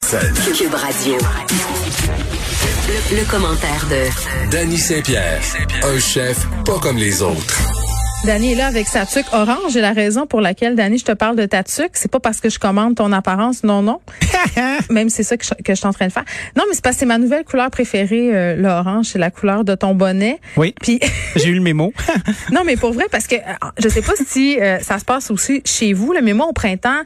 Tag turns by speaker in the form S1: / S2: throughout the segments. S1: Peterson.
S2: Cube Radio. Le, le commentaire de
S1: Danny Saint-Pierre, un chef pas comme les autres.
S3: Dani est là avec sa tuque orange et la raison pour laquelle, Dani, je te parle de ta tuque, c'est pas parce que je commande ton apparence, non, non. Même si c'est ça que je, que je suis en train de faire. Non, mais c'est parce que c'est ma nouvelle couleur préférée, euh, l'orange, c'est la couleur de ton bonnet.
S4: Oui.
S3: Puis,
S4: J'ai eu le mémo.
S3: non, mais pour vrai, parce que euh, je sais pas si euh, ça se passe aussi chez vous, là, mais moi, au printemps,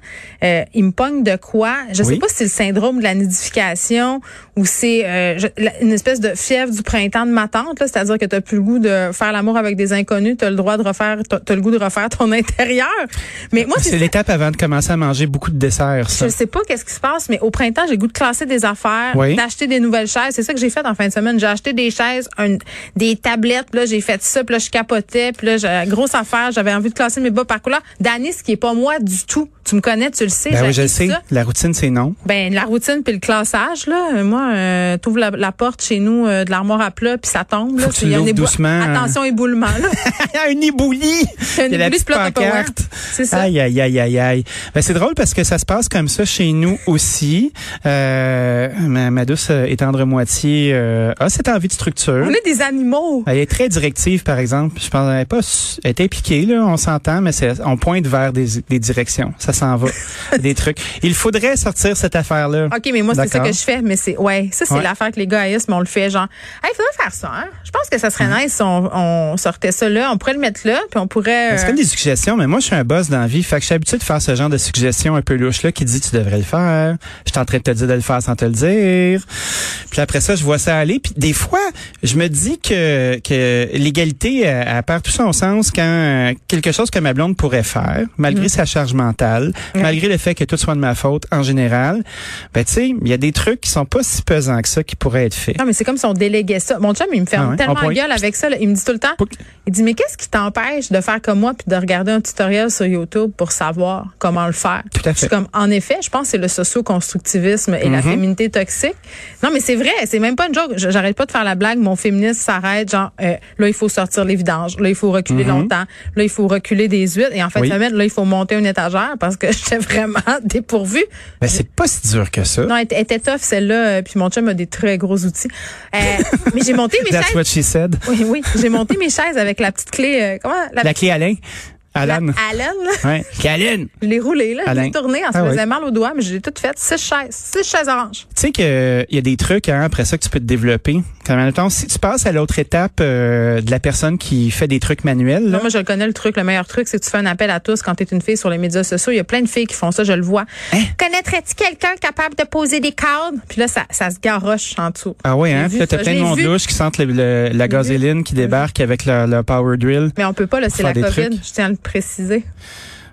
S3: euh, il me pogne de quoi? Je sais
S4: Oui.
S3: pas si c'est le syndrome de la nidification ou c'est euh, je- la- une espèce de fièvre du printemps de ma tante, là, c'est-à-dire que t'as plus le goût de faire l'amour avec des inconnus, t'as le droit de refaire, t'as t'as le goût de refaire ton intérieur. Mais moi,
S4: C'est
S3: c'est
S4: l'étape avant de commencer à manger beaucoup de desserts, ça.
S3: je sais pas qu'est-ce qui se passe, mais au printemps, j'ai le goût de classer des affaires,
S4: Oui.
S3: d'acheter des nouvelles chaises. C'est ça que j'ai fait en fin de semaine. J'ai acheté des chaises, un- des tablettes, puis là, j'ai fait ça, puis là, je capotais, puis là, j'ai- grosse affaire, j'avais envie de classer mes bas par couleur. Dani, ce qui est pas moi du tout. Tu me connais, tu le sais.
S4: Ben oui, je
S3: j'haïs
S4: le sais.
S3: ça.
S4: La routine, c'est non.
S3: Ben, la routine puis le classage, là. Euh, Moi, euh, t'ouvres la, la porte chez nous euh, de l'armoire à plat, puis ça tombe. Là,
S4: Faut que tu
S3: Il y a un
S4: l'ouvres
S3: ébou-
S4: doucement, hein.
S3: Attention, éboulement, là.
S4: un éboulis! Il y a la
S3: éboulis,
S4: petite
S3: puis là, t'as pas
S4: pancarte.
S3: peur. C'est ça.
S4: Aïe, aïe, aïe, aïe, aïe. Ben, c'est drôle parce que ça se passe comme ça chez nous aussi. Euh, ma, ma douce euh, est tendre moitié euh, a cette envie de structure.
S3: On est des animaux.
S4: Elle est très directive, par exemple. Je pense elle est pas, su- elle est impliquée, là, on s'entend, mais c'est, on pointe vers des, des directions. Ça s'en va. des trucs. Il faudrait sortir cette affaire-là.
S3: OK, mais moi, c'est ça
S4: D'accord.
S3: que je fais. Mais c'est, ouais, ça, c'est
S4: Ouais.
S3: l'affaire que les gars haïssent, mais on le fait genre, hey, faudrait faire ça, hein. Je pense que ça serait
S4: Hmm.
S3: nice si on, on sortait ça là. On pourrait le mettre là, puis on pourrait.
S4: Ben, C'est
S3: euh,
S4: comme des suggestions, mais moi, je suis un boss dans la vie. Fait que je suis habitué de faire ce genre de suggestions un peu louches-là qui dit tu devrais le faire. Je suis en train de te dire de le faire sans te le dire. Puis après ça, je vois ça aller. Puis des fois, je me dis que, que l'égalité, elle, elle perd tout son sens quand euh, quelque chose que ma blonde pourrait faire, malgré
S3: Mm.
S4: sa charge mentale, malgré le fait que tout soit de ma faute en général, ben tu sais, il y a des trucs qui sont pas si pesants que ça qui pourraient être faits.
S3: Non, mais c'est comme si on déléguait ça. Mon chum, il me ferme
S4: Ah ouais,
S3: tellement
S4: on
S3: la
S4: pointe.
S3: gueule avec ça. là. Il me dit tout le temps,
S4: Pouc.
S3: il dit, mais qu'est-ce qui t'empêche de faire comme moi puis de regarder un tutoriel sur YouTube pour savoir comment le faire?
S4: Tout à fait. Mm-hmm.
S3: Je suis comme, en effet, je pense que c'est le socio-constructivisme et la féminité toxique. Non, mais c'est vrai, c'est même pas une joke. Je- J'arrête pas de faire la blague, mon féministe s'arrête, genre, euh, là, il faut sortir les vidanges, là, il faut reculer longtemps, là, il faut reculer des huîtres, et en fait,
S4: Mm-hmm. Oui.
S3: là, il faut monter une étagère parce que j'étais vraiment dépourvue.
S4: Ben c'est pas si dur que ça.
S3: Non, elle était- elle était tough, celle-là. euh, Puis mon chum a des très gros outils. Euh, mais j'ai monté mes
S4: That's
S3: chaises.
S4: what she said.
S3: Oui, oui. J'ai monté mes chaises avec la petite clé. euh, comment?
S4: La clé Alain.
S3: la-
S4: Alan.
S3: Allen, là.
S4: Ouais. Alan.
S3: Je l'ai roulée, là. Je l'ai
S4: Alain.
S3: tournée. Elle se
S4: Ah oui.
S3: faisait mal aux doigts, mais je l'ai toute faite. Six chaises. Six chaises oranges.
S4: Tu sais qu'il y a des trucs hein, après ça que tu peux te développer. Comme mettons, si tu passes à l'autre étape euh, de la personne qui fait des trucs manuels, là,
S3: Là, moi, je le connais le truc. Le meilleur truc, c'est que tu fais un appel à tous quand t'es une fille sur les médias sociaux. Il y a plein de filles qui font ça, je le vois.
S4: Hein?
S3: Connaîtrais-tu quelqu'un capable de poser des cordes? Puis là, ça, ça se garoche en dessous.
S4: ah ouais,
S3: J'ai
S4: hein, puis
S3: vu
S4: là, t'as
S3: ça,
S4: plein
S3: je
S4: de
S3: l'ai
S4: monde
S3: vu.
S4: louche qui sentent le- le- la gazéline qui débarque avec leur, leur power drill.
S3: Mais on peut pas, là. C'est
S4: Faire
S3: la
S4: des
S3: COVID.
S4: trucs.
S3: Je tiens à le préciser.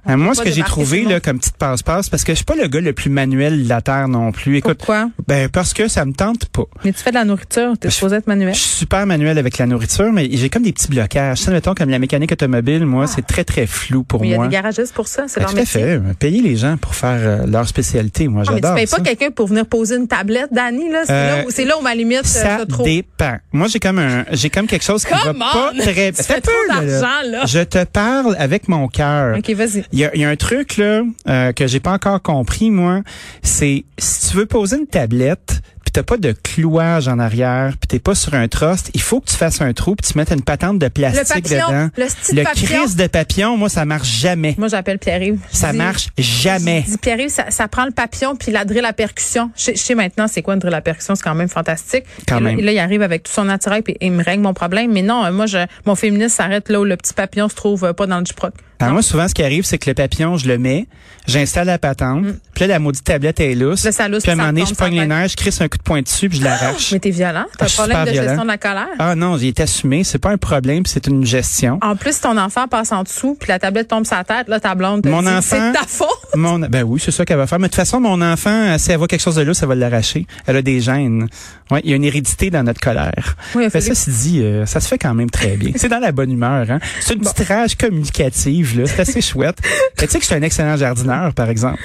S4: Euh, moi, ce
S3: pas
S4: que j'ai
S3: débarquer
S4: trouvé
S3: tout le
S4: là
S3: monde.
S4: comme petite passe-passe, parce que je suis pas le gars le plus manuel de la terre non plus. Écoute,
S3: Pourquoi?
S4: ben parce que ça me tente pas.
S3: Mais tu fais de la nourriture. T'es
S4: Je-
S3: supposé être manuel.
S4: Je suis super manuel avec la nourriture, mais j'ai comme des petits blocages. Ça, mettons, comme la mécanique automobile, moi, c'est très très flou pour
S3: Mais Ah. il y a
S4: moi.
S3: des garagistes pour ça. C'est
S4: Ben,
S3: leur
S4: tout à
S3: métier.
S4: fait. Payer les gens pour faire euh, leur spécialité, moi,
S3: Ah, mais
S4: j'adore.
S3: tu payes
S4: ça.
S3: pas quelqu'un pour venir poser une tablette, Dani, là. C'est
S4: Euh,
S3: là où- c'est là, où ma limite euh,
S4: Ça
S3: se trouve.
S4: dépend. Moi, j'ai comme un, j'ai comme quelque chose qui
S3: Come
S4: va pas
S3: on!
S4: très.
S3: Tu
S4: Attends
S3: fais trop
S4: un peu,
S3: d'argent, là.
S4: Je te parle avec mon cœur.
S3: OK, vas-y.
S4: Il y, a, il y a un truc là euh, que j'ai pas encore compris moi, c'est si tu veux poser une tablette puis t'as pas de clouage en arrière puis t'es pas sur un trust, il faut que tu fasses un trou puis tu mettes une patente de plastique
S3: papillon,
S4: dedans.
S3: le style papillon.
S4: crise de papillon, moi ça marche jamais.
S3: Moi, j'appelle Pierre-Yves. Je
S4: Ça
S3: dis-
S4: marche
S3: Je
S4: jamais.
S3: dis, Pierre-Yves, ça, ça prend le papillon puis la drill à percussion. Je sais- je sais maintenant c'est quoi une drill à percussion, c'est quand même fantastique.
S4: Quand
S3: Et là-
S4: même.
S3: et Là, il arrive avec tout son naturel puis il me règle mon problème. Mais non, euh, moi, je, mon féministe s'arrête là où le petit papillon se trouve euh, pas dans le Duproc.
S4: Alors, moi souvent ce qui arrive c'est que le papillon je le mets, j'installe la patente, puis là la maudite tablette est lousse.
S3: Mm. Là, ça lousse,
S4: puis à un
S3: puis ça
S4: moment donné, je
S3: retombe sur
S4: pogne
S3: la
S4: les nerfs, je crisse un coup de poing dessus puis je l'arrache.
S3: Mais t'es violent.
S4: Ah,
S3: T'as
S4: je
S3: un
S4: suis
S3: problème de
S4: super
S3: gestion
S4: violent.
S3: de la colère.
S4: Ah non, il est assumé, c'est pas un problème, c'est une gestion.
S3: En plus, ton enfant passe en dessous puis la tablette tombe sur la tête. Là, ta blonde te
S4: Mon
S3: dit,
S4: enfant-
S3: c'est de ta faute.
S4: Mon, ben oui, c'est ça qu'elle va faire. Mais de toute façon, mon enfant, euh, si elle voit quelque chose de lousse, elle va l'arracher. Elle a des gènes. Ouais, il y a une hérédité dans notre colère.
S3: Oui, il a
S4: Mais
S3: fallu-
S4: ça, c'est dit, euh, ça se fait quand même très bien. c'est dans la bonne humeur. Hein? C'est une petite rage communicative. là. C'est assez chouette. Mais tu sais que je suis un excellent jardineur, par exemple.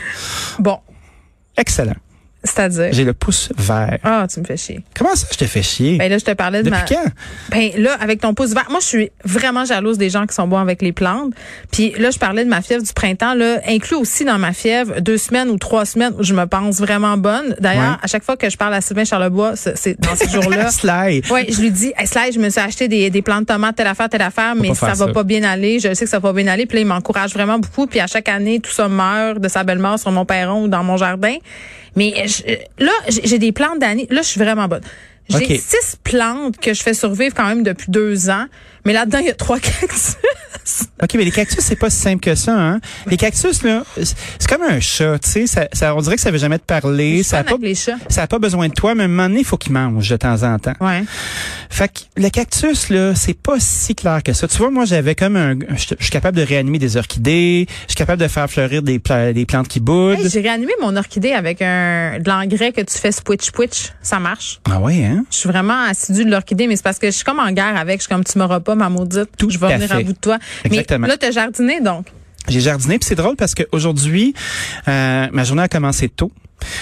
S3: Bon.
S4: Excellent.
S3: C'est-à-dire.
S4: J'ai le pouce vert.
S3: Ah, tu me fais chier.
S4: Comment ça, je te fais chier?
S3: Ben là, je te parlais de
S4: Depuis
S3: ma.
S4: quand?
S3: Ben là, avec ton pouce vert, moi, je suis vraiment jalouse des gens qui sont bons avec les plantes. Puis là, je parlais de ma fièvre du printemps. Là, inclus aussi dans ma fièvre deux semaines ou trois semaines où je me pense vraiment bonne. D'ailleurs,
S4: Ouais.
S3: à chaque fois que je parle à Sylvain Charlebois, c'est c'est dans ces jours-là.
S4: Slide.
S3: Oui, je lui dis, hey, Sly, je me suis acheté des, des plants de tomates, telle affaire, telle affaire, mais
S4: pas
S3: ça va
S4: faire ça.
S3: pas bien aller. Je sais que ça va pas bien aller. Puis là, il m'encourage vraiment beaucoup. Puis à chaque année, tout ça meurt de sa belle mort sur mon perron ou dans mon jardin. Mais euh, je- là, j'ai j'ai des plantes d'année. Là, je suis vraiment bonne. J'ai
S4: OK.
S3: six plantes que je fais survivre quand même depuis deux ans. Mais là-dedans, il y a trois cactus.
S4: OK, mais les cactus, c'est pas si simple que ça, hein? Les cactus, là, c'est c'est comme un chat, tu sais. Ça, ça- on dirait que ça veut jamais te parler. Ça a, pas,
S3: avec les chats.
S4: ça a pas besoin de toi, mais à un moment donné, il faut qu'il mange de temps en temps.
S3: Ouais.
S4: Fait que le cactus, là, c'est pas si clair que ça. Tu vois, moi, j'avais comme un... Je je suis capable de réanimer des orchidées. Je suis capable de faire fleurir des, pla- des plantes qui boudent.
S3: Hey, j'ai réanimé mon orchidée avec un, de l'engrais que tu fais switch switch. Ça marche.
S4: ah ouais, hein?
S3: Je suis vraiment assidue de l'orchidée, mais c'est parce que je suis comme en guerre avec. Je suis comme, tu m'auras pas, ma maudite.
S4: Tout
S3: je vais
S4: à
S3: venir à
S4: fait.
S3: bout de toi.
S4: Exactement.
S3: Mais là, t'as jardiné, donc.
S4: J'ai jardiné, puis c'est drôle parce qu'aujourd'hui, euh, ma journée a commencé tôt.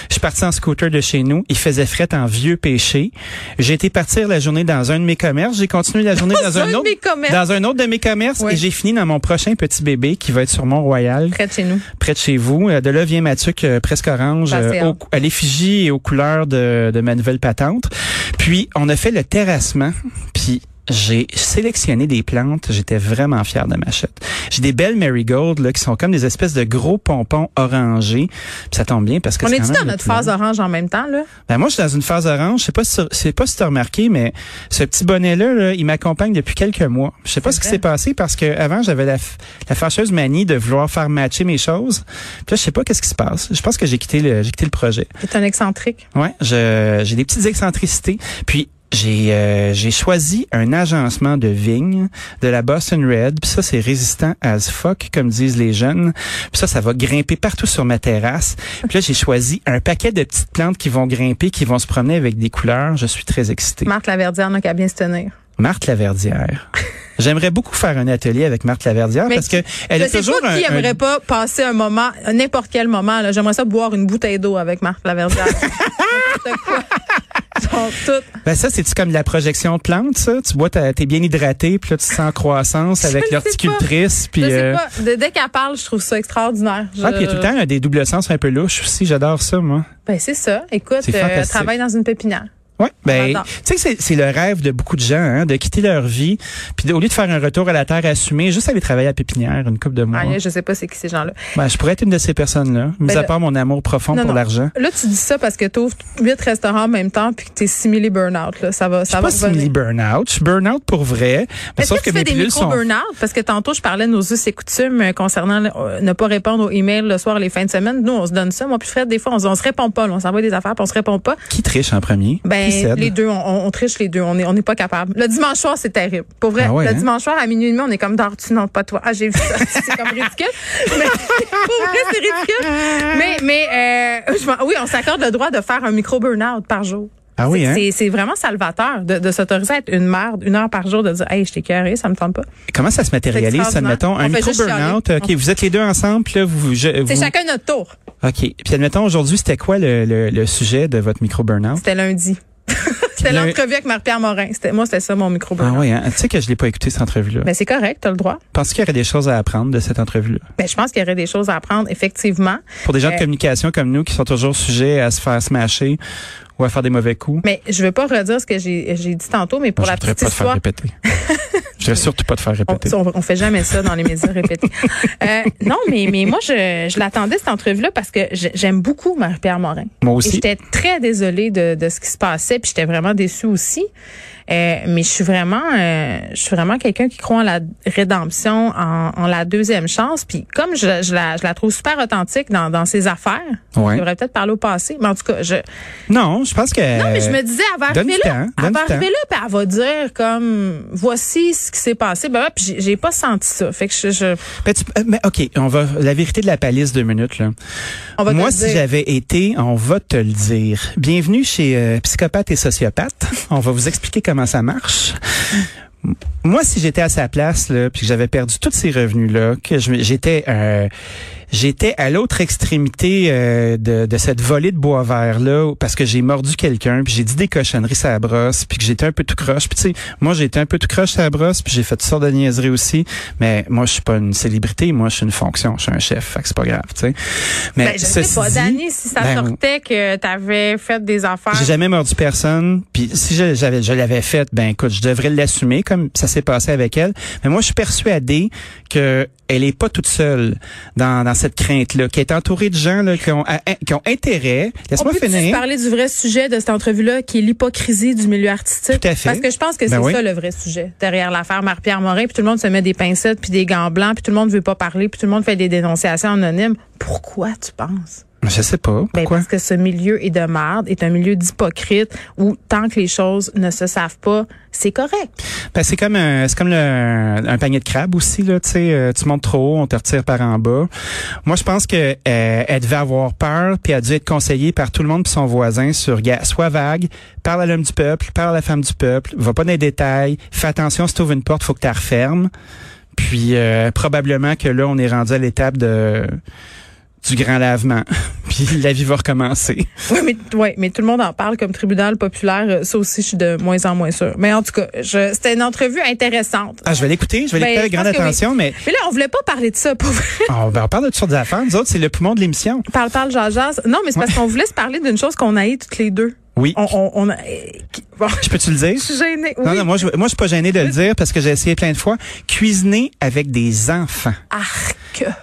S4: Je suis parti en scooter de chez nous. Il faisait fret en vieux péché. J'ai été partir la journée dans un de mes commerces. J'ai continué la journée dans,
S3: Dans un
S4: un
S3: de
S4: autre,
S3: mes commerces.
S4: dans un autre de mes commerces.
S3: Ouais.
S4: Et j'ai fini dans mon prochain petit bébé qui va être sur Mont-Royal,
S3: Près de chez nous.
S4: près de chez vous. Euh, De là vient Mathieu, euh, presque orange,
S3: Ça,
S4: euh,
S3: c'est
S4: au-
S3: hâte.
S4: à l'effigie et aux couleurs de, de ma nouvelle patente. Puis, on a fait le terrassement. Puis, j'ai sélectionné des plantes. J'étais vraiment fier de ma chute. J'ai des belles marigolds là, qui sont comme des espèces de gros pompons orangés. Puis, ça tombe bien parce que
S3: On
S4: c'est
S3: est-tu
S4: quand même
S3: dans
S4: le
S3: notre
S4: plus
S3: phase
S4: long.
S3: orange en même temps, là?
S4: Ben, moi, je suis dans une phase orange. Je sais pas si, tu- je sais pas si tu as remarqué, mais ce petit bonnet-là, là, il m'accompagne depuis quelques mois. Je sais pas
S3: C'est
S4: ce qui
S3: vrai.
S4: s'est passé parce que avant, j'avais la, f- la fâcheuse manie de vouloir faire matcher mes choses. Puis là, je sais pas qu'est-ce qui se passe. Je pense que j'ai quitté le, j'ai quitté le projet.
S3: T'es un excentrique.
S4: Ouais, je, j'ai des petites excentricités. Puis, j'ai, euh, j'ai choisi un agencement de vigne de la Boston Red. Puis ça, c'est résistant as fuck, comme disent les jeunes. Puis ça, ça va grimper partout sur ma terrasse. Puis là, j'ai choisi un paquet de petites plantes qui vont grimper, qui vont se promener avec des couleurs. Je suis très excité.
S3: Marthe Laverdière n'a qu'à bien se tenir.
S4: Marthe Laverdière. J'aimerais beaucoup faire un atelier avec Marthe Laverdière
S3: Mais
S4: parce que elle
S3: je
S4: a
S3: sais
S4: toujours
S3: pas qui
S4: un- un
S3: aimerait pas passer un moment, n'importe quel moment, là. J'aimerais ça boire une bouteille d'eau avec Marthe Laverdière. N'importe quoi. Ils sont toutes-
S4: Ben ça, c'est-tu comme de la projection de plante, ça? Tu bois, ta- t'es bien hydraté, puis là, tu te sens en croissance
S3: Je
S4: avec
S3: le sais
S4: l'horticultrice, puis...
S3: je sais
S4: euh,
S3: pas. De- dès qu'elle parle, je trouve ça extraordinaire. Je-
S4: Ah, puis il y a tout le temps il y a des doubles sens un peu louches aussi. J'adore ça, moi.
S3: Ben, c'est ça. Écoute,
S4: C'est
S3: euh,
S4: fantastique.
S3: travaille dans une pépinière.
S4: Ouais, ben,
S3: J'adore.
S4: tu sais que c'est- c'est le rêve de beaucoup de gens, hein, de quitter leur vie, puis de- au lieu de faire un retour à la terre assumé, juste aller travailler à pépinière une coupe de mois.
S3: Ah, là, je sais pas c'est qui ces gens-là.
S4: Ben, je pourrais être une de ces personnes-là, mis
S3: Ben,
S4: à
S3: le-
S4: part mon amour profond
S3: Non,
S4: pour
S3: non.
S4: l'argent.
S3: Là, tu dis ça parce que tu ouvres huit restaurants en même temps puis que tu es similé burn-out. Là. Ça va,
S4: Je
S3: ça
S4: suis
S3: va
S4: pas simili
S3: revenir.
S4: burn-out, je suis burn-out pour vrai, mais
S3: Est-ce
S4: sauf
S3: que tu
S4: mes
S3: fais des
S4: pilules sont
S3: micro-burn-out? Parce que tantôt, je parlais de nos us et coutumes euh, concernant euh, ne pas répondre aux emails le soir, les fins de semaine. Nous, on se donne ça. Moi, puis Fred, des fois, on, se- on se répond pas. là. On s'envoie des affaires puis on se répond pas.
S4: qui triche en premier
S3: Ben,
S4: Qui cède?
S3: les deux, on, on- on triche les deux. On n'est on n'est pas capable. Le dimanche soir, c'est terrible. Pour vrai,
S4: Ah ouais,
S3: le
S4: hein?
S3: dimanche soir, à minuit et demi, on est comme dors tu non, pas toi. Ah, j'ai vu ça. c'est comme ridicule. Mais, pour vrai, c'est ridicule. Mais, mais euh, je m'en- oui, on s'accorde le droit de faire un micro-burn-out par jour.
S4: Ah oui,
S3: C'est-
S4: hein?
S3: c'est- C'est vraiment salvateur de, de s'autoriser à être une merde une heure par jour, de dire, hey, je t'ai cœuré, ça me tente pas.
S4: Comment ça se matérialise, ça,
S3: extraordinaire.
S4: admettons, un
S3: On fait juste
S4: micro-burnout?
S3: chialer.
S4: OK, vous êtes les deux ensemble, puis là, vous... je-
S3: C'est
S4: vous-
S3: chacun notre tour.
S4: OK. Puis admettons, aujourd'hui, c'était quoi le, le, le sujet de votre micro-burnout?
S3: C'était lundi. c'était
S4: Lundi.
S3: l'entrevue avec Marc-Pierre Morin. C'était- Moi, c'était ça, mon
S4: Ah
S3: micro-burn-out.
S4: oui, hein? tu sais que je l'ai pas écouté, cette entrevue-là.
S3: Mais c'est correct, t'as le droit.
S4: Penses-tu qu'il y aurait des choses à apprendre de cette entrevue-là?
S3: Mais je pense qu'il y aurait des choses à apprendre, effectivement.
S4: Pour des gens
S3: Euh,
S4: de communication comme nous qui sont toujours sujets à se faire smasher ou à faire des mauvais coups,
S3: Mais je veux pas redire ce que j'ai j'ai dit tantôt, mais pour
S4: moi,
S3: la
S4: je voudrais
S3: petite
S4: pas te faire
S3: histoire,
S4: répéter. je voudrais surtout pas te faire
S3: on,
S4: répéter.
S3: on- on fait jamais ça dans les médias répétés. Euh, non, mais mais moi je, je l'attendais cette entrevue-là parce que je- j'aime beaucoup Marie-Pierre Morin.
S4: Moi
S3: Et
S4: aussi.
S3: j'étais très désolée de, de ce qui se passait, puis j'étais vraiment déçue aussi. Euh, mais je suis vraiment, euh, je suis vraiment quelqu'un qui croit en la rédemption, en, en la deuxième chance. Puis comme je, je la, je la trouve super authentique dans, dans ses affaires,
S4: Ouais.
S3: je devrais peut-être parler au passé, mais en tout cas, je,
S4: Non, je pense que...
S3: non, mais je me disais, elle va
S4: Euh, donne
S3: arriver
S4: du
S3: là.
S4: temps,
S3: Elle
S4: donne
S3: va
S4: du
S3: arriver là, puis elle va dire comme voici ce qui s'est passé. Ben, ouais, puis j'ai- j'ai pas senti ça. Fait que je, je-
S4: Ben, tu- euh, mais OK, on va... La vérité de la palisse, deux minutes, là.
S3: on va te
S4: Moi,
S3: le
S4: si
S3: dire.
S4: j'avais été, on va te le dire. Bienvenue chez euh, Psychopathe et Sociopathe. on va vous expliquer comment ça marche. M- Moi, si j'étais à sa place, là, puis que j'avais perdu tous ces revenus-là, que je- j'étais... euh, J'étais à l'autre extrémité euh, de, de cette volée de bois vert là parce que j'ai mordu quelqu'un, puis j'ai dit des cochonneries sur la brosse, puis que j'étais un peu tout croche. Puis tu sais, moi j'étais un peu tout croche sur la brosse, puis j'ai fait toutes sortes de niaiseries aussi. Mais moi je suis pas une célébrité, moi je suis une fonction, je suis un chef, fait que c'est pas grave, tu sais. Mais
S3: Ben, je sais
S4: ceci
S3: pas,
S4: dit,
S3: Dani, si ça
S4: ben,
S3: sortait que t'avais fait des affaires.
S4: j'ai jamais mordu personne. Puis si je, j'avais, je l'avais fait, ben écoute, je devrais l'assumer comme ça s'est passé avec elle. Mais moi, je suis persuadé que elle est pas toute seule dans, dans cette crainte-là, qu'elle est entourée de gens là, qui, ont, à- à- qui ont intérêt.
S3: On
S4: Laisse-moi
S3: peut
S4: finir.
S3: parler du vrai sujet de cette entrevue-là, qui est l'hypocrisie du milieu artistique.
S4: Tout à fait.
S3: Parce que je pense que c'est
S4: Ben oui.
S3: ça le vrai sujet derrière l'affaire Marc-Pierre Morin. Puis tout le monde se met des pincettes, puis des gants blancs, puis tout le monde veut pas parler, puis tout le monde fait des dénonciations anonymes. Pourquoi tu penses?
S4: Je sais pas.
S3: Ben,
S4: Pourquoi?
S3: parce que ce milieu est de merde, est un milieu d'hypocrite où tant que les choses ne se savent pas, c'est correct.
S4: Ben, c'est comme un, c'est comme le- un panier de crabes aussi là, tu sais, euh, tu montes trop haut, on te retire par en bas. Moi, je pense que euh, elle devait avoir peur, puis elle a dû être conseillée par tout le monde puis son voisin sur gars, sois vague, parle à l'homme du peuple, parle à la femme du peuple, va pas dans les détails, fais attention si tu ouvres une porte, faut que tu la refermes. Puis euh, probablement que là, on est rendu à l'étape de du grand lavement. puis la vie va recommencer.
S3: Oui, mais, ouais, mais tout le monde en parle comme tribunal populaire. Euh, Ça aussi, je suis de moins en moins sûre. Mais en tout cas, je- c'était une entrevue intéressante.
S4: Ah, je vais l'écouter, je vais
S3: Ben,
S4: l'écouter avec
S3: je pense
S4: grande
S3: que oui.
S4: attention, mais
S3: Mais là, on voulait pas parler de ça, pour vrai.
S4: on, ben, on parle de toutes sortes d'affaires. Nous autres, c'est le poumon de l'émission.
S3: Parle, parle, jase. Non, mais c'est parce qu'on voulait se parler d'une chose qu'on haït toutes les deux.
S4: Oui.
S3: On, on, on a- euh, qui- bon,
S4: Je peux-tu le dire?
S3: je suis gênée. Oui.
S4: Non, non, moi, je, moi, je suis pas gêné de le dire parce que j'ai essayé plein de fois. Cuisiner avec des enfants.
S3: Arc.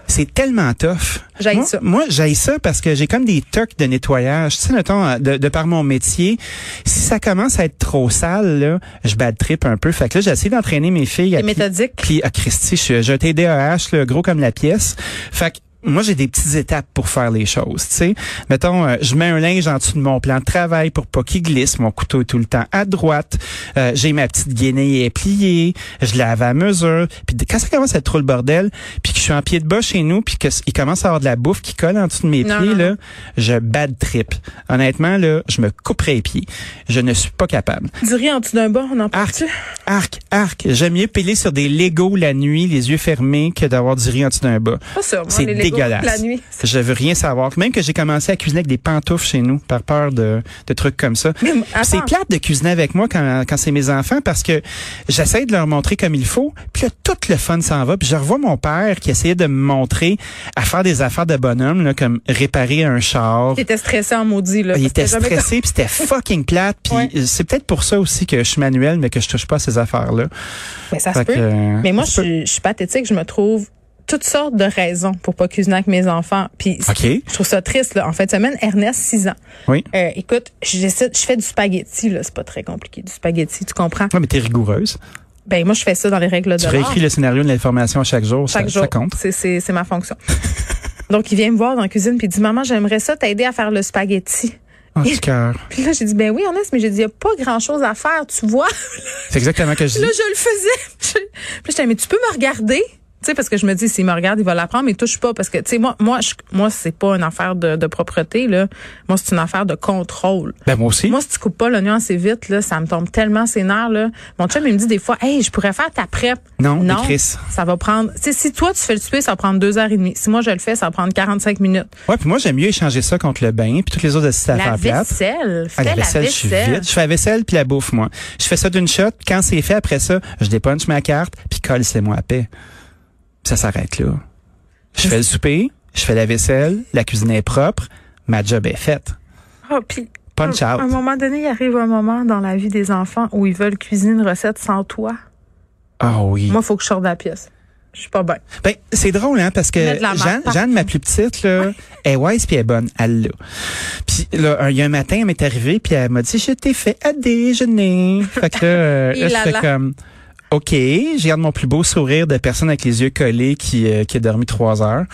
S4: C'est tellement tough.
S3: J'haïs
S4: Moi-
S3: ça.
S4: Moi, j'aille ça parce que j'ai comme des tocs de nettoyage. Tu sais, mettons, euh, de, de par mon métier, si ça commence à être trop sale, là, je bad trip un peu. Fait que là, j'essaie d'entraîner mes filles à
S3: Et méthodique.
S4: puis, à Christy, je suis j'ai un TDAH, là, gros comme la pièce. Fait que, moi, j'ai des petites étapes pour faire les choses, tu sais. Mettons, euh, je mets un linge en dessous de mon plan de travail pour pas qu'il glisse. Mon couteau est tout le temps à droite. Euh, j'ai ma petite guenille pliée. Je lave à mesure. Puis d- quand ça commence à être trop le bordel, puis que je suis en pied de bas chez nous, puis qu'il commence à avoir de la bouffe qui colle en dessous de mes
S3: Non,
S4: pieds,
S3: non,
S4: là, je bad trip. Honnêtement, là, je me couperais les pieds. Je ne suis pas capable.
S3: Du riz en dessous d'un bas, on en parle
S4: Arc, arc, arc. J'aime mieux piler sur des Legos la nuit, les yeux fermés, que d'avoir du riz en dessous d'un bas.
S3: Pas ça, moi,
S4: C'est
S3: les Legos
S4: dégueulasse.
S3: La nuit.
S4: Je veux rien savoir. Même que j'ai commencé à cuisiner avec des pantoufles chez nous, par peur de, de trucs comme ça.
S3: Mais,
S4: Puis C'est
S3: attends.
S4: plate de cuisiner avec moi quand, quand c'est mes enfants parce que j'essaie de leur montrer comme il faut. Puis là, tout le fun s'en va. Puis je revois mon père qui essayait de me montrer à faire des affaires de bonhomme, là, comme réparer un char,
S3: T'étais stressé en maudit, là.
S4: Ah, il
S3: parce que
S4: était
S3: jamais
S4: stressé, puis c'était fucking plate. Puis
S3: Ouais.
S4: euh, c'est peut-être pour ça aussi que je suis manuel, mais que je touche pas à ces affaires-là.
S3: Mais ça se
S4: Fait
S3: peut.
S4: que, euh,
S3: Mais moi,
S4: ça
S3: je
S4: se peut.
S3: suis, je suis pathétique. Je me trouve toutes sortes de raisons pour pas cuisiner avec mes enfants. Puis c-
S4: OK.
S3: je trouve ça triste. Là. En fin de semaine, Ernest, 6 ans.
S4: Oui.
S3: Euh, écoute, je décide, je fais du spaghetti. là. C'est pas très compliqué, du spaghetti, tu comprends?
S4: Ouais, Ah, mais t'es rigoureuse.
S3: Ben moi, je fais ça dans les règles
S4: Tu
S3: de l'art.
S4: réécris le scénario de l'information à chaque jour.
S3: Chaque
S4: ça,
S3: jour.
S4: ça compte.
S3: C'est- C'est c'est ma fonction. Donc, il vient me voir dans la cuisine puis il dit, maman, j'aimerais ça t'aider à faire le spaghetti.
S4: Oh, du cœur.
S3: Puis là, j'ai dit, ben oui, Ernest, mais j'ai dit, il n'y a pas grand-chose à faire, tu vois.
S4: C'est exactement ce que je
S3: Puis
S4: dis.
S3: là, je le faisais. Puis je- Puis j'étais, mais tu peux me regarder? Tu sais, parce que je me dis, s'il me regarde, il va l'apprendre, mais il touche pas. Parce que, tu sais, moi, moi, je- moi c'est pas une affaire de, de propreté, là. Moi, c'est une affaire de contrôle.
S4: Ben, moi aussi.
S3: Moi, si tu coupes pas l'oignon assez vite, là, ça me tombe tellement ses nerfs, là. Mon chum, il me dit des fois, hey, je pourrais faire ta prep.
S4: Non, mais
S3: non.
S4: Chris.
S3: Ça va prendre, tu sais, si toi, tu fais le souper, ça va prendre deux heures et demie. Si moi, je le fais, ça va prendre 45 minutes.
S4: Ouais, puis moi, j'aime mieux échanger ça contre le bain, puis toutes les autres assises à
S3: La
S4: faire plate.
S3: vaisselle.
S4: Ah,
S3: Fais
S4: la vaisselle, je suis vite. Je fais la vaisselle puis la bouffe, moi. Je fais ça d'une shot. Quand c'est fait, après ça, je dépunche ma carte puis colle, c'est moi à paix. Puis ça s'arrête là. Je fais le souper, je fais la vaisselle, la cuisine est propre, ma job est faite.
S3: Ah, puis,
S4: Punch
S3: À un
S4: out.
S3: moment donné, il arrive un moment dans la vie des enfants où ils veulent cuisiner une recette sans toi.
S4: Ah oui.
S3: Moi, il faut que je sorte de la pièce. Je suis pas bien.
S4: Ben, c'est drôle, hein, parce que
S3: Mettre la marque
S4: Jeanne,
S3: partout.
S4: Jeanne, ma plus petite, là, elle est wise puis elle est bonne. Elle l'a. Puis là, un- il y a un matin, elle m'est arrivée puis elle m'a dit, je t'ai fait à déjeuner. Fait que là, euh, là,
S3: Il
S4: je
S3: a
S4: fais
S3: là.
S4: comme, OK, j'ai regarde mon plus beau sourire de personne avec les yeux collés qui, euh, qui a dormi trois heures.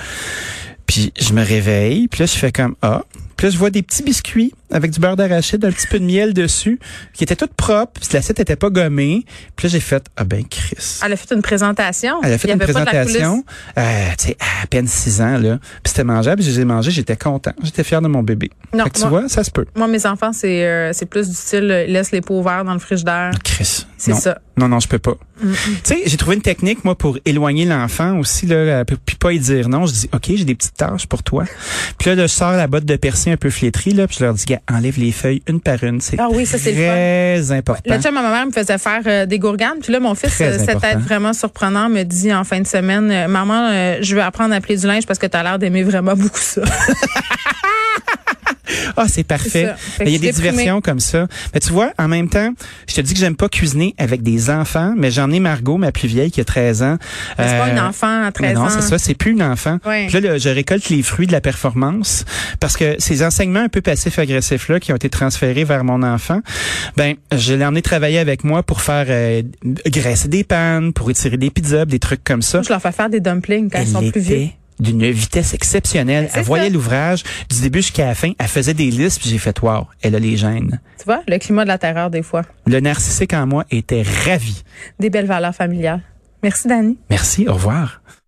S4: Puis je me réveille, puis là, je fais comme, ah. Puis là, je vois des petits biscuits avec du beurre d'arachide, un petit peu de miel dessus, qui était toute propre, puis l'assiette était pas gommée. Puis là, j'ai fait, ah ben, Chris.
S3: Elle a fait une présentation.
S4: Ah, Elle a fait
S3: Il y
S4: une
S3: avait pas de la
S4: présentation, euh, tu sais, à peine six ans, là. Puis c'était mangeable, j'ai mangé, j'étais content. J'étais fier de mon bébé.
S3: Non,
S4: Fait que tu
S3: moi-
S4: vois, ça se peut.
S3: Moi, mes enfants, c'est euh, c'est plus du style euh, laisse les pots ouverts dans le frigidaire.
S4: Chris.
S3: Ah, C'est
S4: non.
S3: ça. Mm,
S4: Non, non, je peux pas. Tu sais, j'ai trouvé une technique, moi, pour éloigner l'enfant aussi, là, euh, puis puis pas y dire non. Je dis, OK, j'ai des petites tâches pour toi. Puis là, là, je sors la botte de persil un peu flétrie, là, puis je leur dis, gars, enlève les feuilles une par une. C'est
S3: Ah oui, ça, c'est le
S4: très important.
S3: Le chum à ma mère me faisait faire euh, des gourganes. Puis là, mon fils,
S4: Hein? Très
S3: euh, c'était
S4: important.
S3: vraiment surprenant, me dit en fin de semaine, euh, maman, euh, je veux apprendre à appeler du linge parce que tu as l'air d'aimer vraiment beaucoup ça.
S4: Ah, c'est
S3: C'est
S4: parfait.
S3: ça. Fait
S4: Mais
S3: que
S4: Il
S3: je
S4: y a
S3: suis
S4: des
S3: déprimée.
S4: diversions comme ça. Mais tu vois, en même temps, je te dis que j'aime pas cuisiner avec des enfants, mais j'en ai Margot, ma plus vieille, qui a 13 ans.
S3: Mais Ben, C'est pas
S4: Euh,
S3: un enfant à 13
S4: Mais non,
S3: ans.
S4: c'est ça, c'est plus une enfant.
S3: Ouais.
S4: Puis là, le- je récolte les fruits de la performance parce que ces enseignements un peu passifs-agressifs là qui ont été transférés vers mon enfant, ben je l'ai emmené travailler avec moi pour faire euh, graisser des pannes, pour étirer des pizzas, des trucs comme ça.
S3: Moi, je leur fais faire des dumplings quand
S4: Elle
S3: ils sont plus
S4: était
S3: vieux.
S4: d'une vitesse exceptionnelle.
S3: C'est
S4: Elle voyait
S3: ça.
S4: l'ouvrage du début jusqu'à la fin. Elle faisait des listes, puis j'ai fait, wow, elle a les gènes.
S3: Tu vois, le climat de la terreur des fois.
S4: Le narcissique en moi était ravi.
S3: Des belles valeurs familiales. Merci, Dani.
S4: Merci, au revoir.